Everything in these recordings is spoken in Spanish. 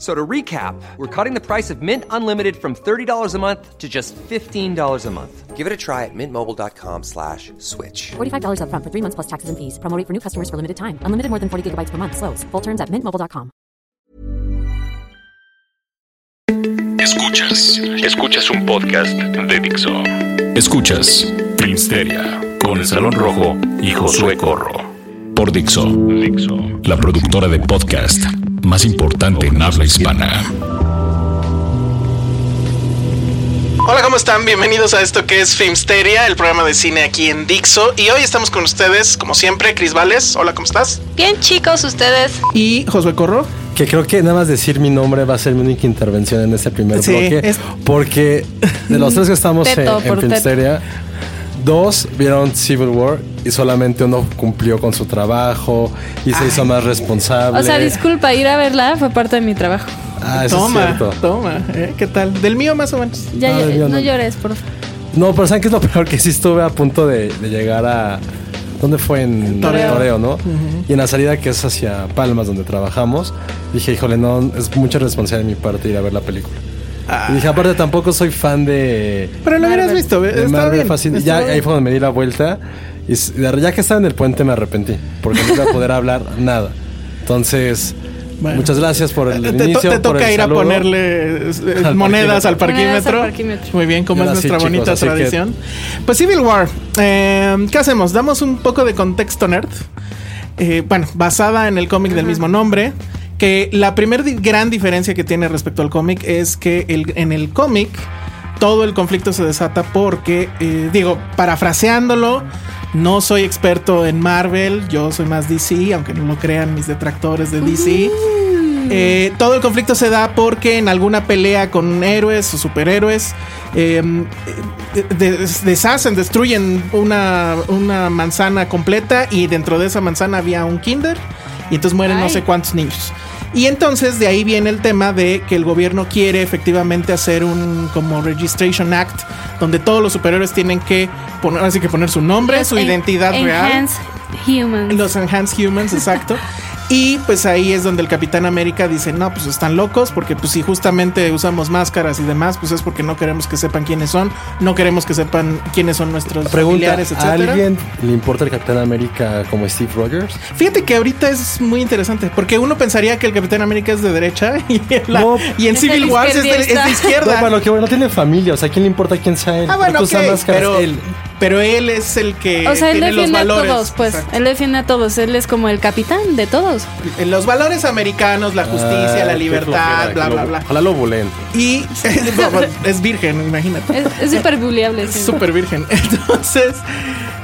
So to recap, we're cutting the price of Mint Unlimited from $30 a month to just $15 a month. Give it a try at mintmobile.com slash switch. $45 upfront for three months plus taxes and fees. Promote for new customers for limited time. Unlimited more than 40 gigabytes per month. Slows. Full terms at mintmobile.com. Escuchas, escuchas un podcast de Dixo. Escuchas Filmsteria con el Salón Rojo y Josué Corro. Por Dixo, la productora de podcast más importante en habla hispana. Hola, ¿cómo están? Bienvenidos a esto que es Filmsteria, el programa de cine aquí en Dixo. Y hoy estamos con ustedes, como siempre, Cris Vales. Hola, ¿cómo estás? Bien chicos, ustedes. Y Josué Corro. Que creo que nada más decir mi nombre va a ser mi única intervención en este primer Sí, bloque. es- Porque de los tres que estamos Teto en, por en Filmsteria, dos vieron Civil War y solamente uno cumplió con su trabajo y se hizo más responsable. O sea, disculpa, ir a verla fue parte de mi trabajo. Ah, eso es toma, cierto. toma. ¿eh? ¿Qué tal? Del mío más o menos. Ya, Ay, ya- Dios, no, no. llores, por favor. No, pero ¿saben qué es lo peor? Que sí estuve a punto de, de llegar a... ¿Dónde fue? En Toreo. ¿no? Y en la salida que es hacia Palmas, donde trabajamos, dije, híjole, no, es mucha responsabilidad de mi parte ir a ver la película. Y dije, aparte tampoco soy fan de... Pero lo hubieras visto, ¿eh? de está Marvel, bien. fascin- está Ya bien. ahí fue donde me di la vuelta. Y s- de- ya que estaba en el puente me arrepentí. Porque no iba a poder hablar nada. Entonces, Bueno. muchas gracias por el Te- te, inicio. te por toca el ir a saludo. ponerle eh, Al monedas parquímetro. al parquímetro. Monedas al parquímetro. Muy bien, como Y es ahora sí, nuestra chicos, bonita así que- tradición. Pues Civil War, eh, ¿qué hacemos? Damos un poco de contexto nerd. Eh, bueno, basada en el cómic del mismo nombre. Que la primera gran diferencia que tiene respecto al cómic es que el- en el cómic todo el conflicto se desata porque, eh, digo, parafraseándolo, no soy experto en Marvel, yo soy más DC, aunque no lo crean mis detractores de DC. Eh, todo el conflicto se da porque en alguna pelea con héroes o superhéroes eh, de- de- deshacen, destruyen una, una manzana completa y dentro de esa manzana había un kinder y entonces mueren no Ay. sé cuántos niños. Y entonces de ahí viene el tema de que el gobierno quiere efectivamente hacer un como registration act donde todos los superhéroes tienen que poner, así que poner su nombre, su En- identidad real. Enhanced Humans. Los Enhanced Humans, exacto. Y pues ahí es donde el Capitán América dice, no, pues están locos, porque pues si justamente usamos máscaras y demás, pues es porque no queremos que sepan quiénes son, no queremos que sepan quiénes son nuestros Pregunta, familiares, ¿a etcétera. alguien le importa el Capitán América como Steve Rogers? Fíjate que ahorita es muy interesante, porque uno pensaría que el Capitán América es de derecha y, la- No. y en Es el Civil War es de, es de izquierdista. izquierda. No, bueno, que bueno, no tiene familia, o sea, ¿quién le importa quién sea él? ah, bueno, Porque usa ok, máscaras pero, él. pero él es el que o sea, él tiene los defiende a valores. todos, pues. exacto. Él defiende a todos. Él es como el capitán de todos. Los valores americanos, la justicia, Ah, la qué libertad, flojera, bla, que bla, lo- bla. Ojalá lo bulen. Y pues, es virgen, imagínate. Es es súper buleable. sí. Es súper virgen. Entonces,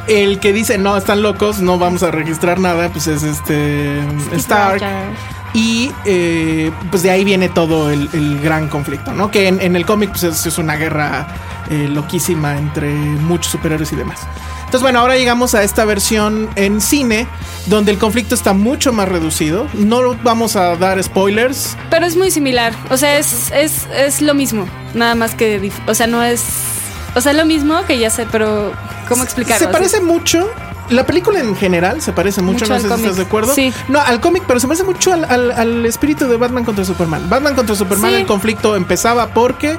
el que dice, no, están locos, no vamos a registrar nada, pues es este Stark. Y eh, pues de ahí viene todo el, el gran conflicto, ¿no? Que en, en el cómic pues es, es una guerra eh, loquísima entre muchos superhéroes y demás. Entonces, bueno, ahora llegamos a esta versión en cine, donde el conflicto está mucho más reducido. No vamos a dar spoilers. Pero es muy similar. O sea, es, es, es lo mismo. Nada más que. dif- O sea, no es. O sea, es lo mismo que ya sé, pero. ¿Cómo explicarlo? Se Así. parece mucho. La película en general se parece mucho, Mucho no al sé si cómic. estás de acuerdo. Sí. No, al cómic, pero se parece mucho al, al- al espíritu de Batman contra Superman. Batman contra Superman, Sí. el conflicto empezaba porque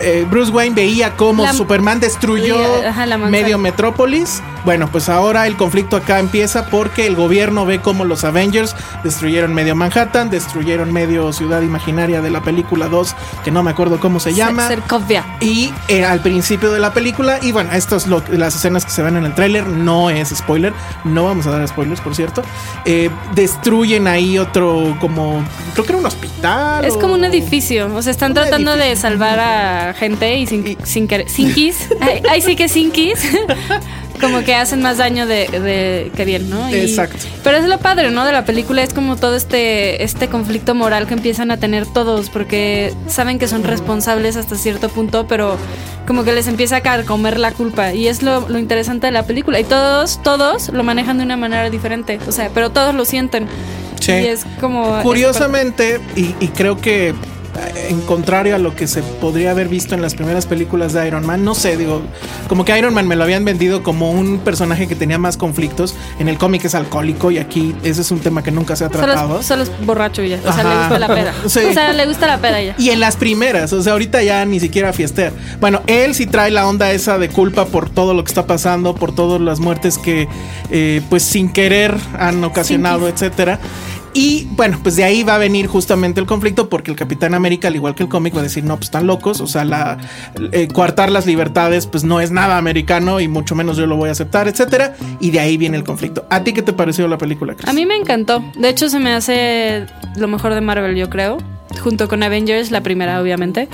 eh, Bruce Wayne veía cómo La- Superman destruyó Veía, ajá, la manzana. medio metrópolis Bueno, pues ahora el conflicto acá empieza porque el gobierno ve cómo los Avengers destruyeron medio Manhattan, destruyeron medio ciudad imaginaria de la película 2, que no me acuerdo cómo se llama. Cercovia. Y eh, al principio de la película, y bueno, estas es lo- las escenas que se ven en el tráiler, no es spoiler, no vamos a dar spoilers, por cierto. Eh, destruyen ahí otro, como, creo que era un hospital. Es o- como un edificio. O sea, están Un tratando de edificio. salvar a gente y sin, sin, querer- sin kiss. Ay, ay, sí que sin kiss. Como que hacen más daño de, de- que bien, ¿no? Y- Exacto. Pero es lo padre, ¿no? De la película es como todo este, este conflicto moral que empiezan a tener todos, porque saben que son responsables hasta cierto punto, pero como que les empieza a carcomer la culpa. Y es lo, lo interesante de la película. Y todos, todos lo manejan de una manera diferente. O sea, pero todos lo sienten. Sí. Y es como. Curiosamente, y, y creo que eh, en contrario a lo que se podría haber visto en las primeras películas de Iron Man, no sé, digo, como que Iron Man me lo habían vendido como un personaje que tenía más conflictos. En el cómic es alcohólico y aquí ese es un tema que nunca se ha Solo es- tratado. Solo es, borracho ya. O sea, le Ajá. gusta la peda. Sí. O sea, le gusta la peda ya. Y en las primeras, o sea, ahorita ya ni siquiera fiestear. Bueno, él sí trae la onda esa de culpa por todo lo que está pasando, por todas las muertes que, eh, pues, sin querer han ocasionado, etcétera. Y bueno, pues de ahí va a venir justamente el conflicto, porque el Capitán América, al igual que el cómic, va a decir: No, pues están locos. O sea, la, eh, coartar las libertades, pues no es nada americano y mucho menos yo lo voy a aceptar, etcétera. Y de ahí viene el conflicto. ¿A ti qué te pareció la película, Chris? A mí me encantó. De hecho, se me hace lo mejor de Marvel, yo creo. Junto con Avengers, la primera, obviamente.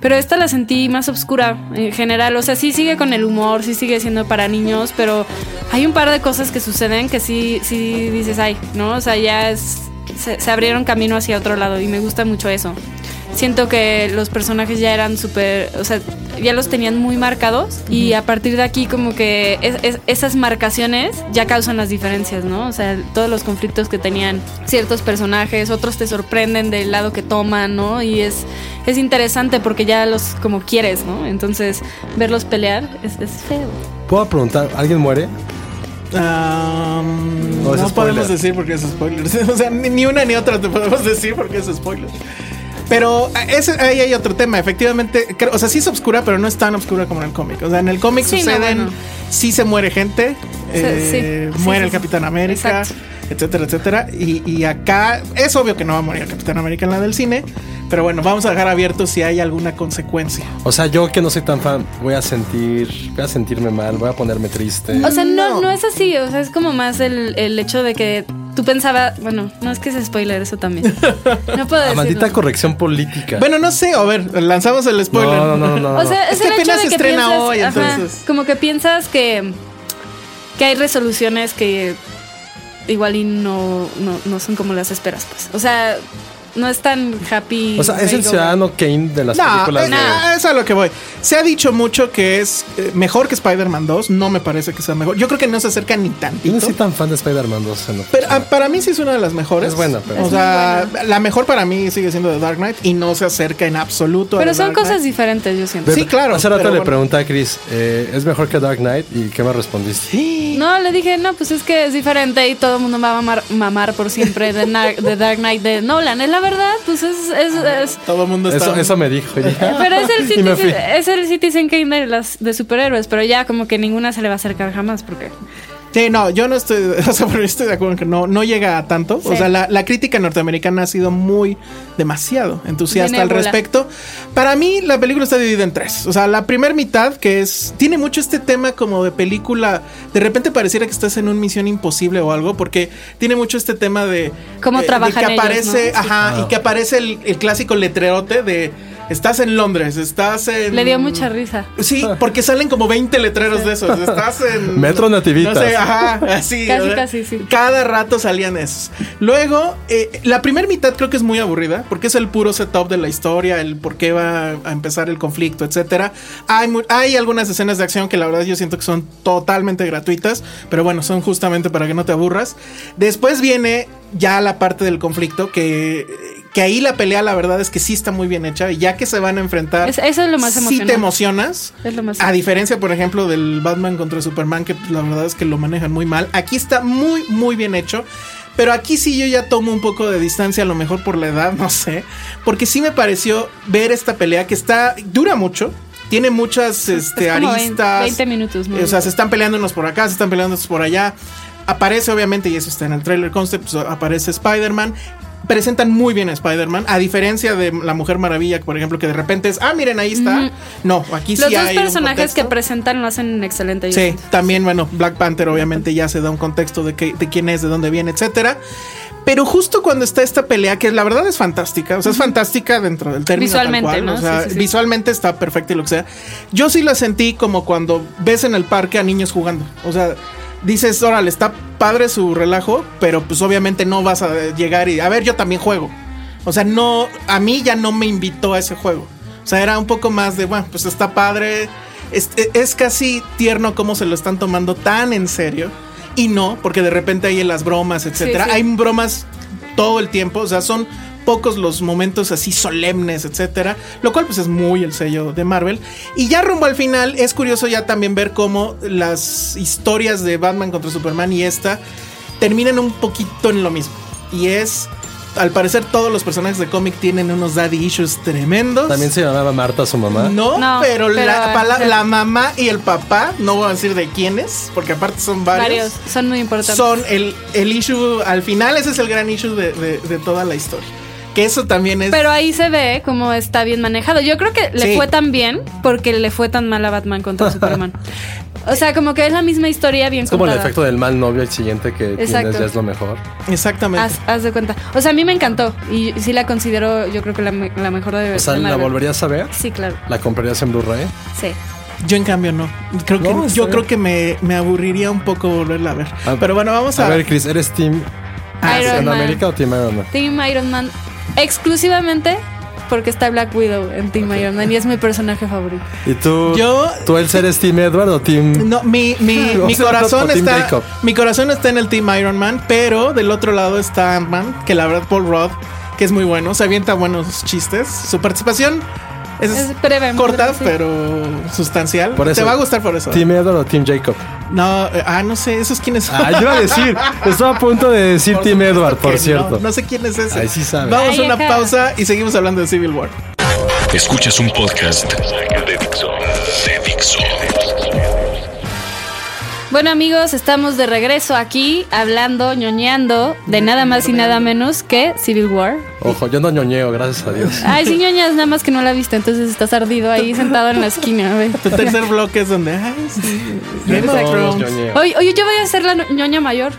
Pero esta la sentí más oscura en general. O sea, sí sigue con el humor, sí sigue siendo para niños, pero hay un par de cosas que suceden que sí, sí dices, ay, ¿no? O sea, ya es. Se, se abrieron camino hacia otro lado y me gusta mucho eso. Siento que los personajes ya eran súper, o sea, ya los tenían muy marcados y a partir de aquí como que es- es- esas marcaciones ya causan las diferencias, ¿no? O sea, todos los conflictos que tenían ciertos personajes, otros te sorprenden del lado que toman, ¿no? Y es, es interesante porque ya los como quieres, ¿no? Entonces, verlos pelear es, es feo. ¿Puedo preguntar? ¿Alguien muere? Ah, No, no es spoiler. podemos decir porque es spoiler. O sea, ni ni una ni otra te podemos decir porque es spoiler. Pero eh, ese, ahí hay otro tema, efectivamente. creo- o sea, sí es obscura, pero no es tan obscura como en el cómic. O sea, en el cómic Sí, no, suceden, bueno. sí se muere gente, eh, sí, sí, muere sí, el sí. Capitán América, Exacto. etcétera, etcétera. Y, y acá es obvio que no va a morir el Capitán América en la del cine, pero bueno, vamos a dejar abierto si hay alguna consecuencia. O sea, yo que no soy tan fan, voy a sentir, voy a sentirme mal, voy a ponerme triste. O sea, no, No. no, es así, o sea, es como más el, el hecho de que tú pensabas, bueno, no es que es spoiler eso también. No puedo La decirlo. Ah, maldita corrección política. Bueno, no sé, a ver, lanzamos el no, spoiler. no, no, no, no, O sea, Es es, que el hecho apenas de se que estrena piensas, hoy, ajá, entonces. como que piensas que, que hay resoluciones que igual y no, no, no son como las esperas, pues. O sea, no es tan happy. no. O sea, es el go-go. ciudadano Kane de las No, películas. eh, de- ah, es a lo que voy. Se ha dicho mucho que es eh, mejor que Spider-Man 2. No me parece que sea mejor. Yo creo que no se acerca ni Yo no tantito. soy tan fan de Spider-Man 2. en lo Pero ah, personal. para mí sí es una de las mejores. Es buena, pero- O Es sea, la mejor para mí sigue siendo The Dark Knight y no se acerca en absoluto a Pero The son Dark cosas Knight. diferentes, yo siento. Ve- sí, claro, Hace rato pero le bueno. pregunté a Chris, eh, ¿es mejor que Dark Knight? ¿Y qué me respondiste? Sí. No, le dije, no, pues es que es diferente y todo el mundo me va a mamar, mamar por siempre de, Na- de Dark Knight de Nolan. Es la verdad, pues es. es- es- Todo el mundo está. Eso, eso me dijo. y- pero es el, Y me fui. Citizen, es el Citizen Kane de, las, de superhéroes, pero ya como que ninguna se le va a acercar jamás porque Sí, no, yo no estoy, o sea, pero estoy de acuerdo en que no, no llega a tanto. O Sí. sea, la, la crítica norteamericana ha sido muy demasiado entusiasta Bien al nébula. respecto. Para mí, la película está dividida en tres. O sea, la primera mitad, que es, tiene mucho este tema como de película, de repente pareciera que estás en un misión imposible o algo, porque tiene mucho este tema de... Cómo eh, de trabajan que ellos, aparece, ¿no? Sí. ajá, y que aparece el, el clásico letrerote de... Estás en Londres, estás en... le dio mucha risa. Sí, porque salen como 20 letreros de esos. Estás en. Metro Nativitas. No sé, ajá, así. Casi, ¿verdad? casi, sí. Cada rato salían esos. Luego, eh, la primera mitad creo que es muy aburrida, porque es el puro setup de la historia, el por qué va a empezar el conflicto, etcétera. Hay, mu- hay algunas escenas de acción que la verdad yo siento que son totalmente gratuitas, pero bueno, son justamente para que no te aburras. Después viene ya la parte del conflicto que. Que ahí la pelea, la verdad es que sí está muy bien hecha. Y ya que se van a enfrentar. Es- eso es lo más Sí te emocionante. emocionas. Es lo más- A diferencia, por ejemplo, del Batman contra Superman, que pues, la verdad es que lo manejan muy mal. Aquí está muy, muy bien hecho. Pero aquí sí yo ya tomo un poco de distancia, a lo mejor por la edad, no sé. Porque sí me pareció ver esta pelea que está. dura mucho. tiene muchas este, como vein- aristas. 20 minutos, ¿no? O sea, se están peleando unos por acá, se están peleando otros por allá. Aparece, obviamente, y eso está en el trailer concept, pues, aparece Spider-Man. Presentan muy bien a Spider-Man, a diferencia de la Mujer Maravilla, por ejemplo, que de repente es, ah, miren, ahí está. No, aquí Los sí dos hay un personajes que contexto. presentan lo hacen excelente. yo Sí, siento. también, bueno, Black Panther obviamente ya se da un contexto de, que, de quién es, de dónde viene, etcétera. Pero justo cuando está esta pelea, que la verdad es fantástica, o sea, es fantástica dentro del término. tal Visualmente, cual, ¿no? o sea, Sí, sí, sí. visualmente está perfecta y lo que sea. Yo sí la sentí como cuando ves en el parque a niños jugando. O sea, dices, órale, está padre su relajo, pero pues obviamente no vas a llegar y, a ver, yo también juego. O sea, no, a mí ya no me invitó a ese juego. O sea, era un poco más de, bueno, pues está padre. Es, es- es casi tierno cómo se lo están tomando tan en serio. Y no, porque de repente hay en las bromas, etcétera. sí. Hay bromas todo el tiempo. O sea, son pocos los momentos así solemnes, etcétera. Lo cual, pues, es muy el sello de Marvel. Y ya rumbo al final, es curioso ya también ver cómo las historias de Batman contra Superman y esta terminan un poquito en lo mismo. Y es. Al parecer todos los personajes de cómic tienen unos daddy issues tremendos. También se llamaba Marta su mamá. No, No, pero, la, pero- pala- pero- la mamá y el papá, no voy a decir de quiénes, porque aparte son Varios. Son muy importantes. son el, el issue, al final ese es el gran issue de, de- de toda la historia. Que eso también es... Pero ahí se ve cómo está bien manejado. Yo creo que le Sí. fue tan bien porque le fue tan mal a Batman contra Superman. O sea, como que es la misma historia bien Es como el contada. efecto del mal novio, el siguiente que Exacto. tienes ya es lo mejor. Exactamente. Haz, haz de cuenta. O sea, a mí me encantó y sí la considero, yo creo que la, me- la mejor de O sea, de ¿la Marvel. volverías a ver? Sí, claro. ¿La comprarías en Blu-ray? Sí. Yo en cambio no. Creo que, No, está yo bien. creo que me, me aburriría un poco volverla a ver. A- Pero bueno, vamos a... A ver, Chris, ¿eres Team Ah, Iron Team Man. América o Team Iron Man? Team Iron Man exclusivamente porque está Black Widow en Team Iron Man y es mi personaje favorito. ¿Y tú? Yo- ¿Tú el ser es Team Edward o Team...? No, mi, mi, Vamos mi a hacer corazón otro Team está. Jacob. Mi corazón está en el Team Iron Man, pero del otro lado está Ant-Man, que la verdad Paul Rudd, que es muy bueno, se avienta buenos chistes. Su participación es, Es breve, muy corta, breve, sí. pero sustancial. Por eso. Te va a gustar por eso. ¿Team Edward o Team Jacob? No, eh, ah, no sé, esos quiénes son. Ah, yo iba a decir. Estaba a punto de decir Por Team supuesto Edward, por que cierto. No, no sé quién es ese. Ahí sí sabe. Vamos a Ay, una ajá. pausa y seguimos hablando de Civil War. Escuchas un podcast de Dixo. De Dixo. Bueno amigos, estamos de regreso aquí hablando, ñoñando de nada más y nada menos que Civil War. Ojo, yo no ñoñeo, gracias a Dios. Ay, sí, ñoñas, nada más que no la viste, entonces estás ardido ahí sentado en la esquina. ve. Tu tercer bloque es donde. Ay, sí. Game of Todos Thrones. ñoñeo. Oye, oye, yo voy a ser la ño- ñoña mayor.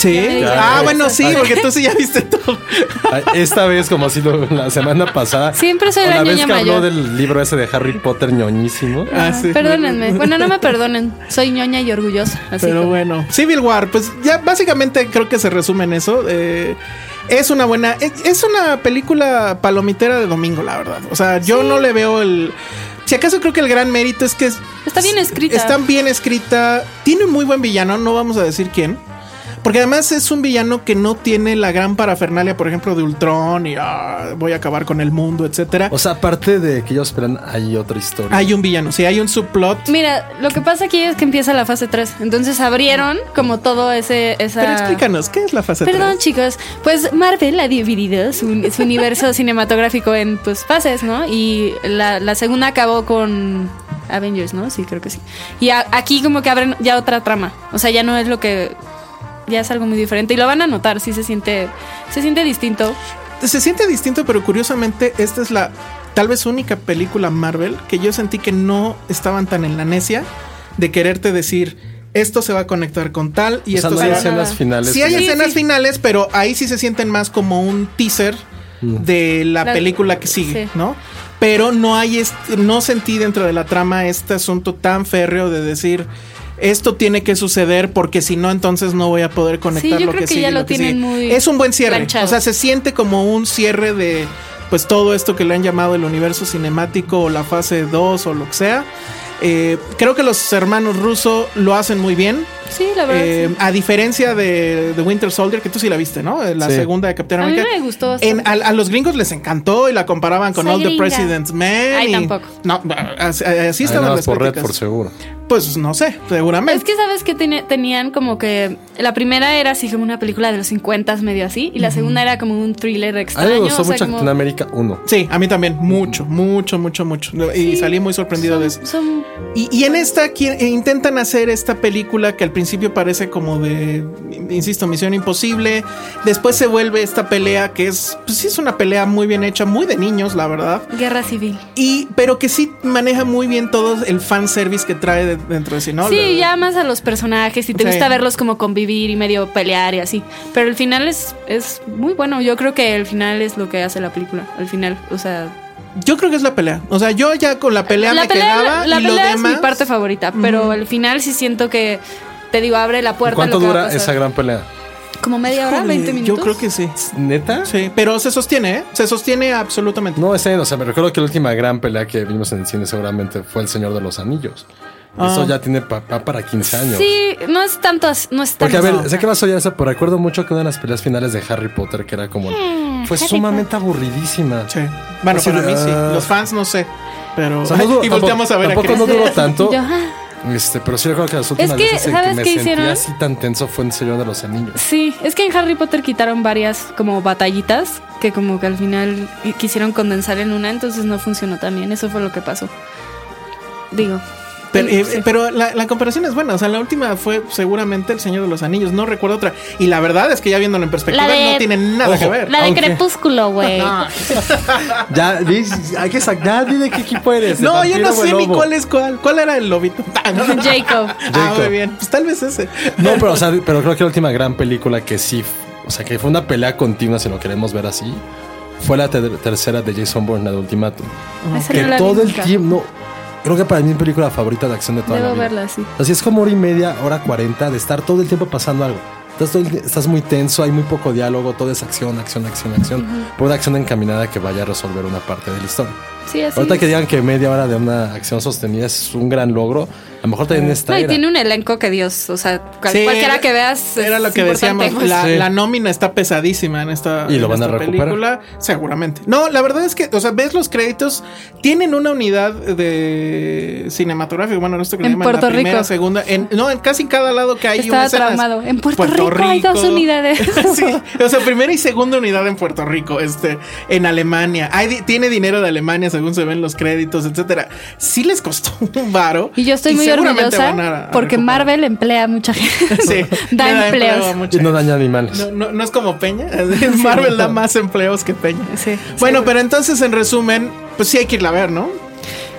Sí. Ya, Ah, ya. bueno, sí, porque tú sí ya viste todo. Ay, Ah, Esta vez, como así lo- la semana pasada. Siempre soy o la vez ñoña que habló mayor. del libro ese de Harry Potter ñoñísimo. Ah, sí. Perdónenme. Bueno, no me perdonen. Soy ñoña y orgullosa. Así Pero que- bueno, Civil War, pues ya básicamente creo que se resume en eso. eh, es una buena, es, es una película palomitera de domingo, la verdad. O sea, yo no le veo el. Si acaso creo que el gran mérito es que es- Está bien escrita. Está bien escrita. Tiene un muy buen villano, no vamos a decir quién. Porque además es un villano que no tiene la gran parafernalia, por ejemplo, de Ultron y ah, voy a acabar con el mundo, etcétera. O sea, aparte de que ellos esperan, hay otra historia. hay un villano, sí, hay un subplot. Mira, lo que pasa aquí es que empieza la fase 3. Entonces abrieron como todo ese. Esa... Pero explícanos, ¿qué es la fase Perdón, tres? chicos. Pues Marvel ha dividido su, su universo cinematográfico en pues fases, ¿no? Y la, la segunda acabó con Avengers, ¿no? Sí, creo que sí. Y a- aquí como que abren ya otra trama. O sea, ya no es lo que ya es algo muy diferente y lo van a notar, sí se siente se siente distinto. se siente distinto, pero curiosamente esta es la tal vez única película Marvel que yo sentí que no estaban tan en la necia de quererte decir esto se va a conectar con tal y o esto sea, no se hay va a escena- escenas finales. Sí hay que- Sí, escenas sí. finales, pero ahí sí se sienten más como un teaser de la, La- película que sigue, sí. ¿no? Pero no hay est- no sentí dentro de la trama este asunto tan férreo de decir esto tiene que suceder porque si no entonces no voy a poder conectar yo lo que creo que sigue. ya y lo que tienen sigue. muy es un buen cierre, planchado. o sea, se siente como un cierre de pues todo esto que le han llamado el universo cinemático o la fase 2 o lo que sea. Eh, creo que los hermanos rusos lo hacen muy bien. Sí, la verdad. Eh, sí. A diferencia de, de Winter Soldier, que tú sí la viste, ¿no? Eh, La Sí. segunda de Capitán A mí América. me gustó bastante. En- a, a los gringos les encantó y la comparaban con Soy All the gringa. President's Men. Ay, y- tampoco. No, así, así Ahí estaban nada más las por red, críticas. por seguro. Pues no sé, seguramente. Es que sabes que tenían como que la primera era así como una película de los 50 medio así y la segunda era como un thriller A extraño. mí me gustó o sea, mucho como- Capitán América 1. Sí, a mí también, mucho, mucho, mucho, mucho. Y Sí, salí muy sorprendido de eso. son- Y, y en esta qui- e intentan hacer esta película que al principio parece como de, insisto, Misión Imposible. Después se vuelve esta pelea que es, pues sí, es una pelea muy bien hecha, muy de niños, la verdad. Guerra civil. Y, pero que sí maneja muy bien todo el fanservice que trae de- dentro de sí, ¿no? sí, Lo- ya amas a los personajes y te Sí. gusta verlos como convivir y medio pelear y así. Pero el final es, es muy bueno. Yo creo que el final es lo que hace la película. Al final, o sea, Yo creo que es la pelea. O sea, yo ya con la pelea me quedaba la y pelea lo demás. es mi parte favorita, pero al final sí siento que te digo, abre la puerta. a ¿Cuánto lo que va a dura pasar. esa gran pelea? Como media hora, Híjole, 20 minutos. Yo creo que sí. ¿Neta? Sí, pero se sostiene, ¿eh? Se sostiene absolutamente. No, ese, o sea, me recuerdo que la última gran pelea que vimos en el cine seguramente fue El Señor de los Anillos. Ah. Eso ya tiene papá para 15 años. Sí, no es tanto, as- no es tanto. Porque, a ver, sé que vas a odiar esa, pero recuerdo mucho que una de las peleas finales de Harry Potter, que era como. Hmm, fue sumamente aburridísima. Sí. Bueno, Así para de, mí sí. ah. Los fans no sé. Pero. O sea, no duró- y tampoco- volteamos a ver tampoco a no Chris. duró tanto. Yo, ah, Este, pero sí recuerdo que las últimas que, veces en que ¿sabes me qué sentí hicieron? así tan tenso fue en El Señor de los Anillos. sí, es que en Harry Potter quitaron varias como batallitas que como que al final qui- quisieron condensar en una, entonces no funcionó tan bien. Eso fue lo que pasó. Digo. Pero, eh, Sí. pero la, la comparación es buena. O sea, la última fue seguramente El Señor de los Anillos. No recuerdo otra. Y la verdad es que ya viéndolo en perspectiva La de- no tiene nada Ojo. que ver. la de aunque- Crepúsculo, güey. Ya, dis- hay que sacar. Ya, dile que equipo eres. No, ¿el yo no vampiro o el sé ni lobo? cuál es cuál. ¿Cuál era el lobito? Jacob. Ah, muy Jacob. bien. Pues tal vez ese. No, pero, o sea, pero creo que la última gran película que sí, o sea, que fue una pelea continua, si lo queremos ver así, fue la ter- tercera de Jason Bourne, la de Ultimatum. Esa Que no la vi todo el nunca. tiempo, no, creo que para mí mi película favorita de acción de toda la Debo vida. verla, sí. Así es como hora y media, hora cuarenta de estar todo el tiempo pasando algo. Estás, todo el ti- estás muy tenso, hay muy poco diálogo, todo es acción, acción, acción, acción. Por una acción encaminada que vaya a resolver una parte de la historia. Sí, así. Ahorita es. que digan que media hora de una acción sostenida es un gran logro, a lo mejor también está. No, y tiene un elenco que Dios, o sea, cual- Sí, cualquiera que veas. Era es lo que importante, decíamos. pues. La, Sí. la nómina está pesadísima en esta, Y lo en van a esta recuperar. película. Seguramente. No, la verdad es que, o sea, ves los créditos, tienen una unidad de cinematográfica. Bueno, no sé qué le En llaman, la Puerto Rico. primera, segunda. En, no, en casi cada lado que hay Estaba una escena es traumado. En Puerto Rico hay dos unidades. sí, o sea, primera y segunda unidad en Puerto Rico, este, en Alemania. Hay di- tiene dinero de Alemania según se ven los créditos, etcétera. Sí les costó un varo. Y yo estoy muy seguramente orgullosa van a- a porque recuperar. Marvel emplea a mucha gente. Sí, da le empleos. empleo a Y mucha no daña animales. no, no, no es como Peña. Marvel da más empleos que Peña. Sí. Bueno, pero entonces, en resumen, pues sí hay que irla a ver, ¿no?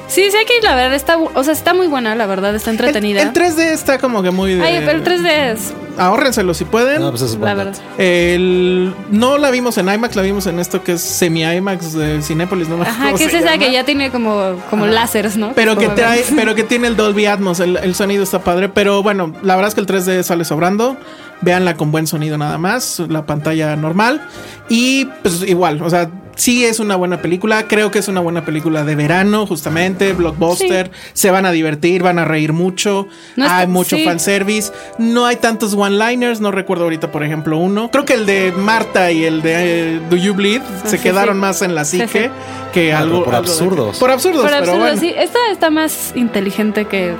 Sí, sí, hay que ir a ver. Está, bu- o sea, está muy buena, la verdad. Está El, entretenida. el 3D está como que muy de. Ay, pero el 3D es, Ahórrenselo si pueden. No, pues eso es la bondad. verdad. El- no la vimos en IMAX, la vimos en esto que es semi-IMAX de Cinépolis, no me acuerdo Ajá, cómo que es se esa llama. que ya tiene como, como Ajá. láseres, ¿no? Pero que Como- trae, pero que tiene el Dolby Atmos, el, el sonido está padre. Pero bueno, la verdad es que el 3D sale sobrando. Véanla con buen sonido nada más, la pantalla normal. Y pues igual, o sea, sí es una buena película. Creo que es una buena película de verano, justamente, blockbuster. Se van a divertir, van a reír mucho. No es- hay mucho sí. fanservice. No hay tantos one-liners, no recuerdo ahorita, por ejemplo, uno. Creo que el de Marta y el de eh, Do You Bleed se Ah, sí, quedaron sí. más en la Sí, psique sí. que Ah, algo. pero por algo de- absurdos. Por absurdos, Por pero absurdo, bueno. sí. Esta está más inteligente que.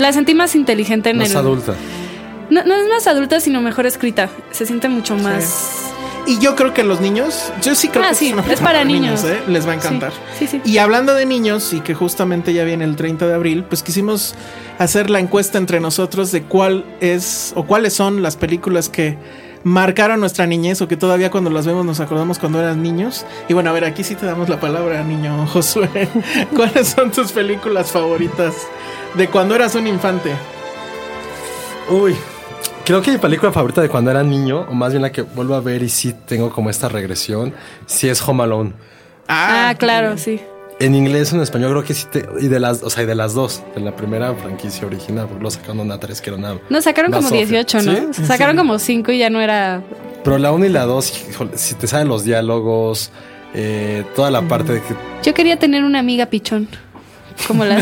La sentí más inteligente en No es el. adulta. No, no es más adulta, sino mejor escrita. Se siente mucho más. Y yo creo que los niños, yo sí creo Ah, que sí, una es película para niños. ¿eh? les va a encantar. Sí, sí, sí. Y hablando de niños y que justamente ya viene el 30 de abril, pues quisimos hacer la encuesta entre nosotros de cuál es o cuáles son las películas que marcaron nuestra niñez o que todavía cuando las vemos nos acordamos cuando eran niños. Y bueno, a ver, aquí sí te damos la palabra, niño Josué. ¿Cuáles son tus películas favoritas de cuando eras un infante? Uy, creo que mi película favorita de cuando era niño, o más bien la que vuelvo a ver y sí tengo como esta regresión, sí es Home Alone. Ah, claro, sí. En inglés o en español creo que sí te, y de las, o sea, y de las dos, de la primera franquicia original, porque lo sacaron una tres que era una. No, sacaron una como Sofía. 18, ¿no? ¿Sí? Sacaron como 5 y ya no era. Pero la una y la dos, híjole, si te saben los diálogos, eh, toda la parte de que Yo quería tener una amiga pichón. Como la.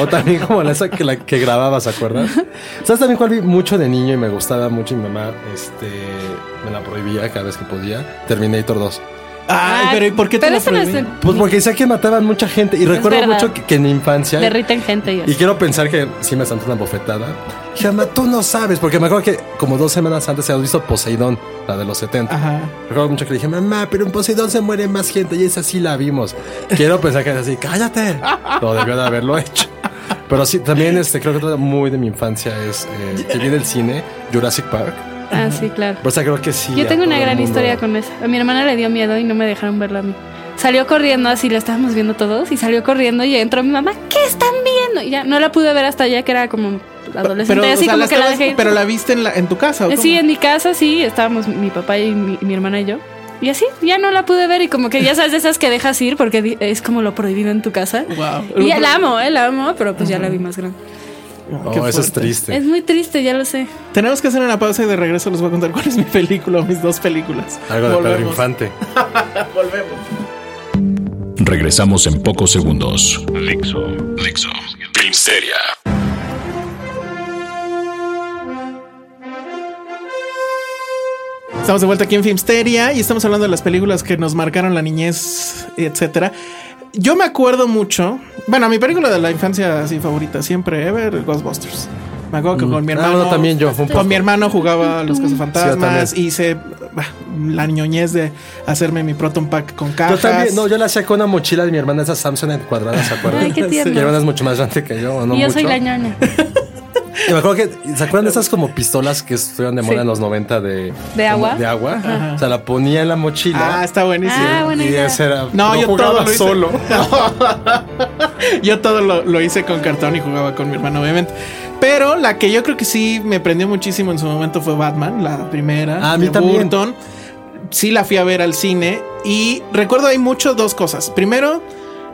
O también como la esa que, la que grababa, ¿se acuerdas? ¿Sabes también cuál vi mucho de niño y me gustaba mucho? Y mi mamá este, me la prohibía cada vez que podía. Terminator 2. Ay, pero ¿y por qué te Ah, pero lo ese no es prohibí? el- Pues porque decía que mataban mucha gente. Y recuerdo verdad. mucho que, que en mi infancia. Derriten gente y así. Y quiero pensar que sí me saltó una bofetada. Chama, tú no sabes, porque me acuerdo que como dos semanas antes habías visto Poseidón, la de los 70. Ajá. Recuerdo mucho que le dije, mamá, pero en Poseidón se muere más gente y esa sí la vimos. Quiero pensar que era así, cállate. No debió de haberlo hecho. Pero sí, también este, creo que otra muy de mi infancia es eh, que viene el cine, Jurassic Park. Ah, sí, claro. O sea, creo que sí. Yo a tengo todo una el gran mundo- historia con esa. A mi hermana le dio miedo y no me dejaron verla a mí. Salió corriendo así, la estábamos viendo todos y salió corriendo y entró mi mamá, ¿qué están viendo? Y ya no la pude ver hasta ya que era como adolescente, Pero, o así sea, como la que la estabas- dejé. ir. pero la viste en, la- en tu casa. ¿o Eh, Sí, cómo? en mi casa sí, estábamos mi papá y mi, mi hermana y yo. Y así, ya no la pude ver y como que ya sabes de esas que dejas ir porque di- es como lo prohibido en tu casa. Wow. Y ya la amo, eh, la amo, pero pues ya la vi más grande. No, Qué Oh, eso es fuerte. triste. Es muy triste, ya lo sé. Tenemos que hacer una pausa y de regreso les voy a contar cuál es mi película o mis dos películas. Algo de Pedro Volvemos. Infante. Volvemos. Regresamos en pocos segundos. Dixo. Dixo. Filmsteria. Estamos de vuelta aquí en Filmsteria y estamos hablando de las películas que nos marcaron la niñez, etcétera. Yo me acuerdo mucho. Bueno, mi película de la infancia así favorita siempre ever, Ghostbusters. Me acuerdo que con mi Ah, hermano. no, también yo, fue un Con mi poco. hermano jugaba a los cazafantasmas Sí, y hice bah, la ñoñez de hacerme mi Proton Pack con Yo cajas. también, no, yo la hacía con una mochila de mi hermana, esa Samsung en cuadrada, ¿se acuerdan? Ay, qué tierno. Mi hermana es mucho más grande que yo, ¿o ¿no? y yo soy mucho? la ñoña. Y me acuerdo que, ¿se acuerdan de esas como pistolas que estuvieron de moda Sí. en los 90 de, ¿De agua? De agua. O sea, la ponía en la mochila. Ah, está buenísimo. Ah, buena y idea. ese era. No, yo todo lo jugaba hice. solo. Yo todo lo, lo hice con cartón y jugaba con mi hermano, obviamente. Pero la que yo creo que sí me prendió muchísimo en su momento fue Batman, la primera. Ah, a mí de también. Burton. Sí la fui a ver al cine y recuerdo hay mucho dos cosas. Primero,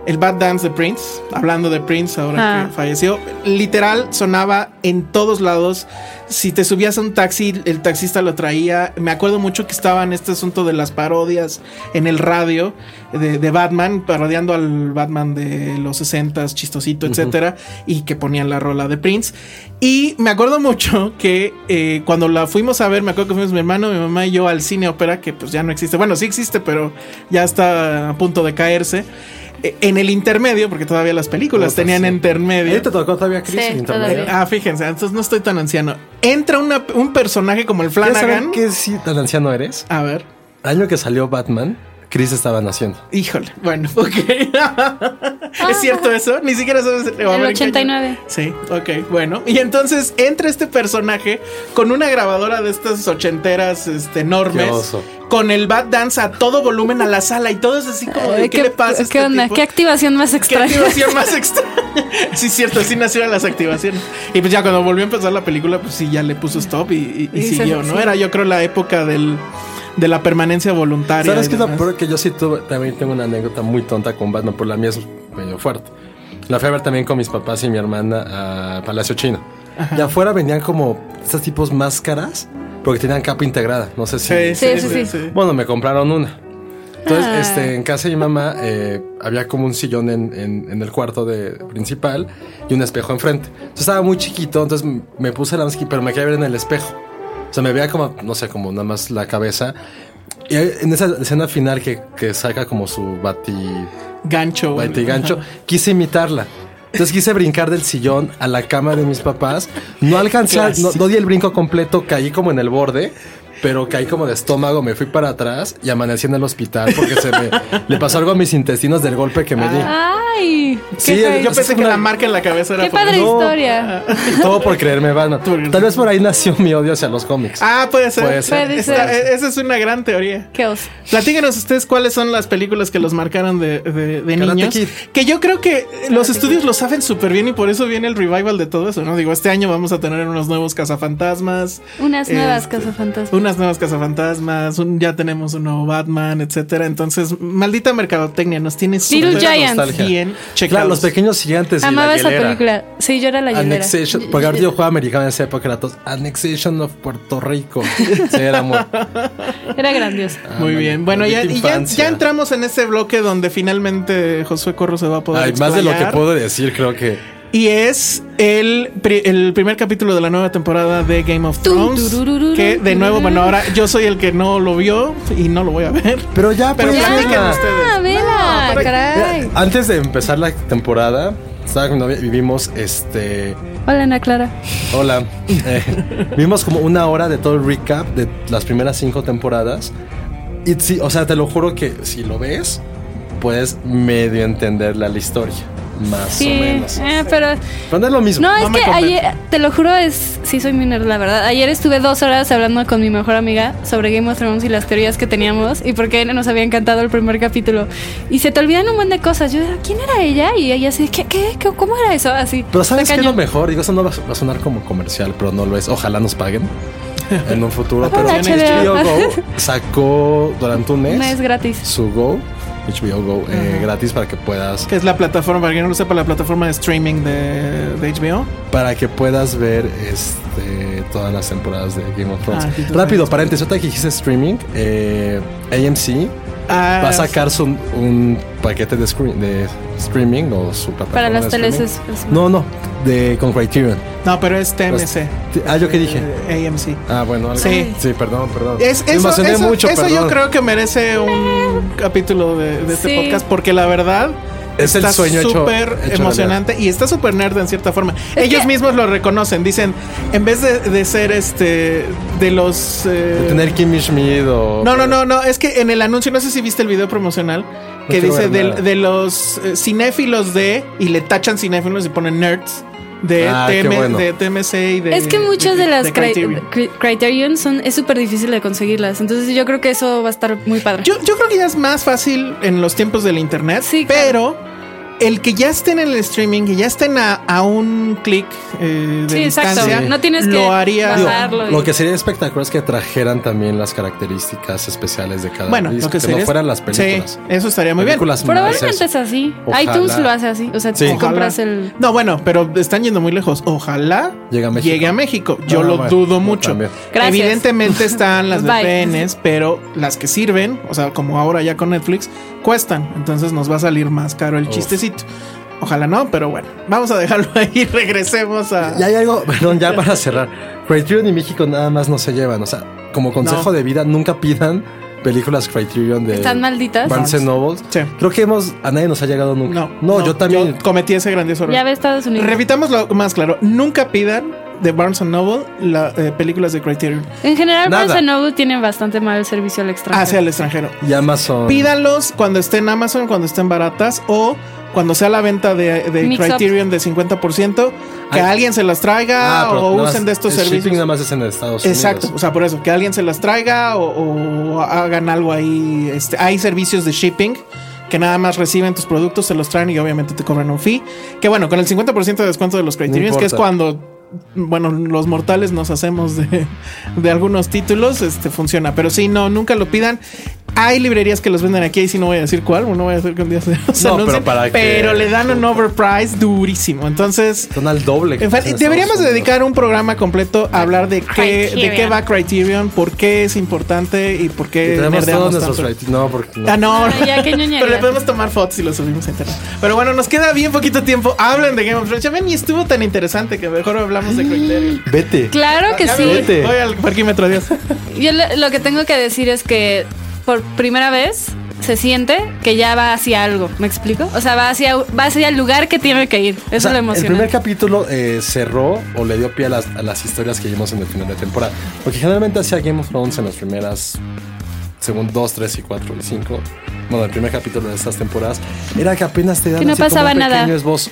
el Bad Dance de Prince, hablando de Prince ahora Ah. que falleció, literal sonaba en todos lados. Si te subías a un taxi, el taxista lo traía. Me acuerdo mucho que estaba en este asunto de las parodias en el radio de, de Batman, parodiando al Batman de los 60s, chistosito, etcétera, y que ponían la rola de Prince. Y me acuerdo mucho que eh, cuando la fuimos a ver, me acuerdo que fuimos mi hermano, mi mamá y yo al cine ópera, que pues ya no existe. Bueno, sí existe, pero ya está a punto de caerse. Eh, En el intermedio, porque todavía las películas Otra, tenían sí. intermedio. ¿Y te tocó todavía Chris Sí, en internet? todavía. Ah, fíjense, entonces no estoy tan anciano. Entra una- un personaje como el ¿Quieres saber Flanagan. qué sí tan anciano eres? A ver. Año que salió Batman, Chris estaba naciendo. Híjole, bueno, ok. ¿Es cierto eso? Ni siquiera sabes. o a Ah. El ver en qué año. 89. Sí, ok, bueno. Y entonces entra este personaje con una grabadora de estas ochenteras este, enormes. Qué oso. Con el Bad Dance a todo volumen a la sala y todo es así como de, Ay, ¿qué, le pasa? a este ¿Qué onda? tipo? ¿Qué activación más ¿Qué extraña? activación más extraña? Sí, cierto, así nacieron las activaciones. Y pues ya cuando volvió a empezar la película, pues sí, ya le puso stop y, y- y Y se- siguió, ¿no? sí. Era yo creo la época del, de la permanencia voluntaria. ¿Sabes y qué es lo demás. peor? Que yo sí tuve, también tengo una anécdota muy tonta con Batman, por la mía es medio fuerte. La fui a ver también con mis papás y mi hermana a Palacio Chino. Y afuera venían como estos tipos máscaras, porque tenían capa integrada. No sé si. Sí, sí, sí. Bueno, me compraron una. Entonces, Ah. este, en casa de mi mamá eh, había como un sillón en, en- en el cuarto de, principal y un espejo enfrente. Entonces estaba muy chiquito, entonces m- me puse la máscara, pero me quería ver en el espejo. O sea, me veía como, no sé, como nada más la cabeza. Y ahí, en esa escena final que, que saca como su bati, Gancho. bati gancho, quise imitarla. Entonces quise brincar del sillón a la cama de mis papás. No alcancé, a- no, no di el brinco completo, caí como en el borde, pero caí como de estómago, me fui para atrás y amanecí en el hospital porque se me le pasó algo a mis intestinos del golpe que me di. Ah. Ay, qué Sí, padre. Yo pensé que una- la marca en la cabeza era Qué por- padre No. historia. Y todo por creerme vano. Tal vez por ahí nació mi odio hacia los cómics. Ah, puede ser. Puede ser. Puede Esta- ser. esa es una gran teoría. Qué oso. Platíquenos ustedes cuáles son las películas que los marcaron de, de- de Karate niños. Kid. Que yo creo que los estudios lo saben súper bien y por eso viene el revival de todo eso, ¿no? Digo, este año vamos a tener unos nuevos cazafantasmas. Unas nuevas este, cazafantasmas. unas nuevas cazafantasmas, un- ya tenemos un nuevo Batman, etcétera. Entonces, maldita mercadotecnia, nos tiene Little súper Giants. nostalgia. bien Claro, checados. los pequeños gigantes. y Amaba la esa hielera. película. Sí, yo era la hielera. Annexation, porque ahorita yo jugaba americano en esa época, era todo, Annexation of Puerto Rico. Sí, era muy- Era grandiosa. Muy bien. Bueno, ya, Maldita y ya, infancia. ya entramos en ese bloque donde finalmente Josué Corro se va a poder. Ay, más de lo que explayar. puedo decir, creo que. Y es el, pri- el primer capítulo de la nueva temporada de Game of Tum, Thrones. turururu, Que de nuevo, turururu. bueno, ahora yo soy el que no lo vio y no lo voy a ver. Pero ya, Pero pues, ya, venga. platiquen ustedes. Ah, vela, caray. Mira, Antes de empezar la temporada, estaba con mi novia y vimos este. Hola, Ana Clara. Hola. Eh, vimos como una hora de todo el recap de las primeras cinco temporadas. Y sí, o sea, te lo juro que si lo ves, puedes medio entenderla la historia. Más Sí, o menos. eh, pero Pero no es lo mismo. No, es No me que convence. ayer, te lo juro, es sí soy muy nerd, la verdad. Ayer estuve dos horas hablando con mi mejor amiga sobre Game of Thrones y las teorías que teníamos y por qué nos había encantado el primer capítulo. Y se te olvidan un montón de cosas. Yo, ¿quién era ella? Y ella así, ¿qué? qué, qué ¿Cómo era eso? Así. Pero ¿sabes Está qué es lo cañón. mejor? Digo, eso no va va a sonar como comercial, pero no lo es. Ojalá nos paguen en un futuro. pero Hola, HBO HBO. Go sacó durante un mes, No es gratis. su Go, HBO Go, eh, gratis para que puedas Que es la plataforma, para quien no lo sepa, la plataforma de streaming de, de HBO. para que puedas ver este, todas las temporadas de Game of Thrones. Ah, sí, tú Rápido, sabes. paréntesis, otra que dijiste streaming, eh, AMC Ah, va a sacar su- un paquete de, screen- de streaming o su plataforma Para las de teles streaming. es- es- No, no, de, con Criterion. No, pero es TMC. Ah, ¿yo qué dije? eh, AMC. Ah, bueno, algo- Sí. Sí, perdón, perdón. Es, Me eso emocioné eso- mucho, eso yo perdón. creo que merece un capítulo de, de este Sí. podcast porque la verdad Es el está sueño hecho- súper hecho emocionante y está súper nerd en cierta forma. Ellos que- mismos lo reconocen, dicen, en vez de, de ser este de los eh, De tener Kimmy Schmidt o. no, no, no, no, es que en el anuncio, no sé si viste el video promocional que quiero dice ver del- nada. de, los eh, cinéfilos de y le tachan cinéfilos y ponen nerds de, Ah, qué TM bueno. de TMC y de es que muchas de, las cri- Criterion. cri- Criterion son es súper difícil de conseguirlas. Entonces yo creo que eso va a estar muy padre. Yo, yo creo que ya es más fácil en los tiempos del internet, Sí, pero el que ya estén en el streaming, que ya estén a, a un clic eh, de sí, exacto. distancia, No tienes lo que haría. Digo, bajarlo. y- lo que sería espectacular es que trajeran también las características especiales de cada bueno, disco, lo que que sería no es- fueran las películas. Sí, eso estaría muy bien. Películas Probablemente haces- es así. Ojalá. iTunes lo hace así. O sea, Sí. tú Ojalá. compras el. No, bueno, pero están yendo muy lejos. Ojalá Llegue a México. México. Yo Ah, lo bueno, dudo yo mucho. también. Gracias. Evidentemente están las Bye. VPNs, pero las que sirven, o sea, como ahora ya con Netflix, cuestan. Entonces nos va a salir más caro el chistecito. Ojalá no, pero bueno, vamos a dejarlo ahí. Regresemos a. Y hay algo, perdón, ya para cerrar. Criterion y México nada más no se llevan. O sea, como consejo No. de vida, nunca pidan películas Criterion de. Están malditas. Barnes and Nobles. Sí. Creo que hemos, a nadie nos ha llegado nunca. No, yo también. cometí ese grandioso error. Ya ve Estados Unidos. Repitamos lo más claro. Nunca pidan de Barnes Noble las películas de Criterion En general, Nada. Barnes Noble tiene bastante mal servicio al hacia extranjero. el extranjero. y Amazon. Pídanlos cuando estén en Amazon, cuando estén baratas o cuando sea la venta de, de Mix up. Criterion de 50%, que Ay. alguien se las traiga Ah, pero o nada más- usen de estos el shipping nada servicios. más es en Estados Exacto, o Unidos. sea, por eso, que alguien se las traiga o, o hagan algo ahí. Este, hay servicios de shipping que nada más reciben tus productos, se los traen y obviamente te cobran un fee. Que bueno, con el 50% de descuento de los Criterions, que es importa. cuando. Bueno, los mortales nos hacemos de, de algunos títulos, este funciona, pero sí, no, nunca lo pidan. Hay librerías que los venden aquí, y si no voy a decir cuál, no voy a decir que un día se los No, pero anuncien, para que- pero le dan un overprice durísimo. Entonces, Son al doble. que en fa- en Estados Deberíamos de Unidos. dedicar un programa completo a hablar de qué, de qué Criterion. va Criterion, por qué es importante y por Y qué tenemos nerdeamos todos nuestros tanto. ratings. No, porque no. eh, Ah, no. Ah, ya, qué ñoñería. Pero le podemos tomar fotos y lo subimos a internet. Pero bueno, nos queda bien poquito tiempo. Hablen de Game of Thrones. Ya ven, y estuvo tan interesante que mejor hablamos de Criterion. Vete. Claro que Ya me sí. voy. vete. Voy al parquímetro, adiós. Yo lo, lo que tengo que decir es que por primera vez se siente que ya va hacia algo. ¿Me explico? O sea, va hacia, va hacia el lugar que tiene que ir. Eso O sea, lo el emociona. primer capítulo eh, cerró o le dio pie a las, a las historias que vimos en el final de temporada. Porque generalmente hacía Game of Thrones en las primeras, según 2, 3 y 4 y 5. Bueno, el primer capítulo de estas temporadas era que apenas te dan Que no así como pasaba un nada. pequeño esbozo.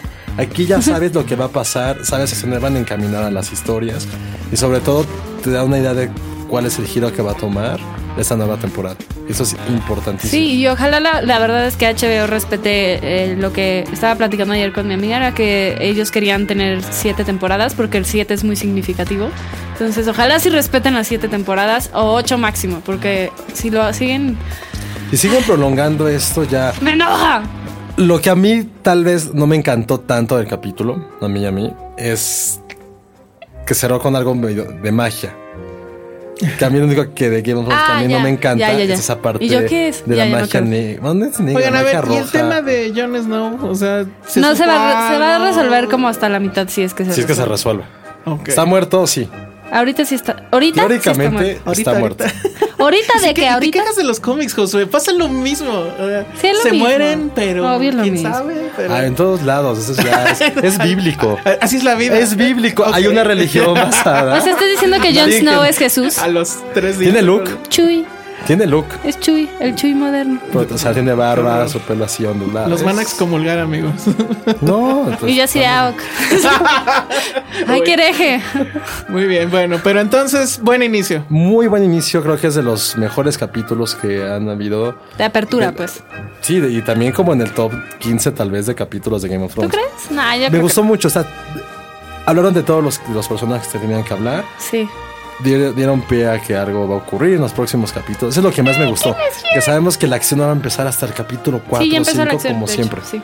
Aquí ya sabes lo que va a pasar, sabes hacia dónde van a encaminar a las historias y sobre todo te da una idea de cuál es el giro que va a tomar esta nueva temporada. Eso es importantísimo. Sí, y ojalá la, la verdad es que HBO respete eh, lo que estaba platicando ayer con mi amiga, era que ellos querían tener siete temporadas porque el siete es muy significativo. Entonces, ojalá sí respeten las siete temporadas o ocho máximo, porque si lo siguen, Y siguen prolongando esto ya. me enoja. Lo que a mí tal vez no me encantó tanto del capítulo, a mí y a mí, es que cerró con algo medio de magia. Que a mí lo único que de Game of Thrones que Ah, a mí no ya, me ya, encanta ya, ya. es esa parte ¿Y yo qué es? de Ya, la ya me magia acuerdo. negra. No, no es negra, Oigan, a magia ver, y el roja. tema de Jon Snow, o sea, no se va, supo se va a algo? resolver como hasta la mitad si es que se, Si es que se resuelve. resuelve. Ok. ¿Está muerto? Sí. Ahorita sí está. Ahorita sí está Teóricamente muerto. Ahorita, está muerto. ahorita. Ahorita de Pues ¿Qué- que ¿Te ahorita quejas de los cómics, Josué? Pasa lo mismo. eh, Sí, es lo se mismo. mueren, pero Obvio es lo quién mismo. sabe. Pero... Ah, en todos lados. Eso ya es, es bíblico. Así es la vida. Es bíblico. Hay Ok. una religión basada. O sea, estás diciendo que Jon Dije- Snow es Jesús. A los tres días. Tiene look. Chuy, Tiene look. es Chuy, el Chuy moderno. O sea, tiene barba, su pelo así ondulado. Los van a como excomulgar, amigos. No, entonces- Y yo así de ah, ok. Ay, qué hereje. Muy bien, bueno, pero entonces, buen inicio. Muy buen inicio, creo que es de los mejores capítulos que han habido. De apertura, pues. Sí, de- y también como en el top 15 tal vez de capítulos de Game of ¿Tú Thrones. crees? No, yo Me creo gustó mucho, o sea, hablaron de todos los, los personajes que tenían que hablar, que- sí. dieron, dieron pie a que algo va a ocurrir en los próximos capítulos. Eso es lo que más me gustó, que sabemos que la acción no va a empezar hasta el capítulo 4 sí, ya o empezó 5 la acción. como de hecho, siempre. sí.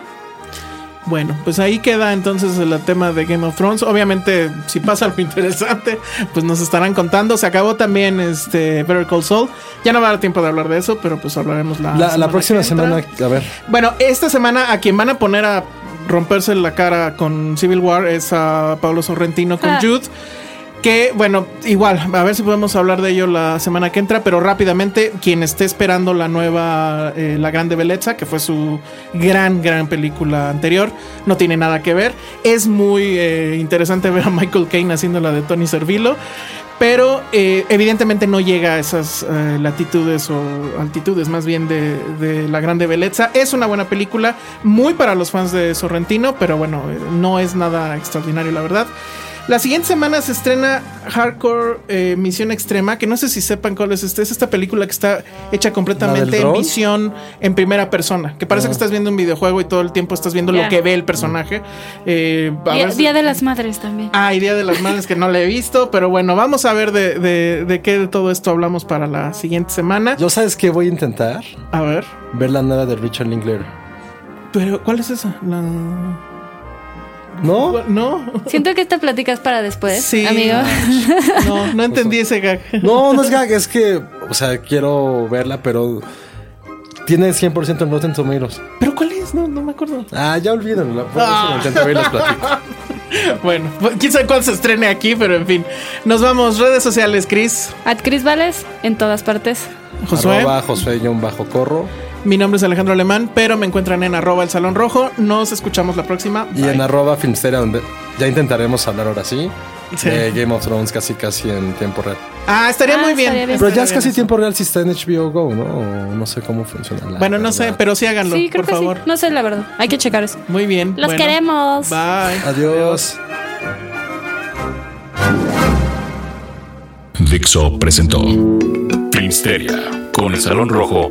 Bueno, pues ahí queda entonces el tema de Game of Thrones. Obviamente, si pasa algo interesante, pues nos estarán contando. Se acabó también este Better Call Saul. Ya no va a dar tiempo de hablar de eso, pero pues hablaremos la, La, Ah, la próxima que entra. semana, a ver, Bueno, esta semana a quien van a poner a romperse la cara con Civil War es a Pablo Sorrentino con Ah. Jude. Que bueno, igual, a ver si podemos hablar de ello la semana que entra, pero rápidamente, quien esté esperando la nueva eh, La Grande Belleza, que fue su gran, gran película anterior, no tiene nada que ver. Es muy eh, interesante ver a Michael Caine haciendo la de Tony Servilo, pero eh, evidentemente no llega a esas eh, latitudes o altitudes más bien de, de La Grande Belleza. Es una buena película, muy para los fans de Sorrentino, pero bueno, eh, no es nada extraordinario, la verdad. La siguiente semana se estrena Hardcore eh, Misión Extrema, que no sé si sepan cuál es este. Es esta película que está hecha ¿La del Ah. completamente en dron? visión en primera persona, que parece que estás viendo un videojuego y todo el tiempo estás viendo Ya. lo que ve el personaje. Eh, a Día, ver si- Día de las Madres también. Ah, y Día de las Madres que no la he visto, pero bueno, vamos a ver de, de- de qué de todo esto hablamos para la siguiente semana. yo sabes que voy a intentar A ver, ver la nueva de Richard Linklater. pero ¿cuál es esa? La... ¿No? No, Siento que esta plática es para después, Sí. amigo. no, no entendí ese gag. Pues No, no es gag, es que, o sea, quiero verla, pero tiene 100% en Rotten Tomatoes. ¿Pero cuál es? No, no me acuerdo. Ah, ya olvídenlo, la Ah. próxima intento ver y les platico. Bueno, pues, quién sabe cuál se estrene aquí, pero en fin. Nos vamos, redes sociales, Chris, At Chris Vales en todas partes. Josué. Arroba Josué guión bajo corro. Mi nombre es Alejandro Alemán, pero me encuentran en arroba el salón rojo. Nos escuchamos la próxima. Y Bye. en arroba Filmsteria, donde ya intentaremos hablar ahora sí, Sí. de Game of Thrones casi casi en tiempo real. Ah, estaría Ah, muy bien. estaría bien. Pero ya es Estaría casi bien. tiempo real si está en HBO Go, ¿no? O No sé cómo funciona. la Bueno, no sé, verdad. pero sí háganlo, sí, creo por que favor. sí. No sé la verdad. Hay que checar eso. Muy bien. Los bueno. queremos. Bye. Adiós. Dixo presentó Filmsteria con el Salón Rojo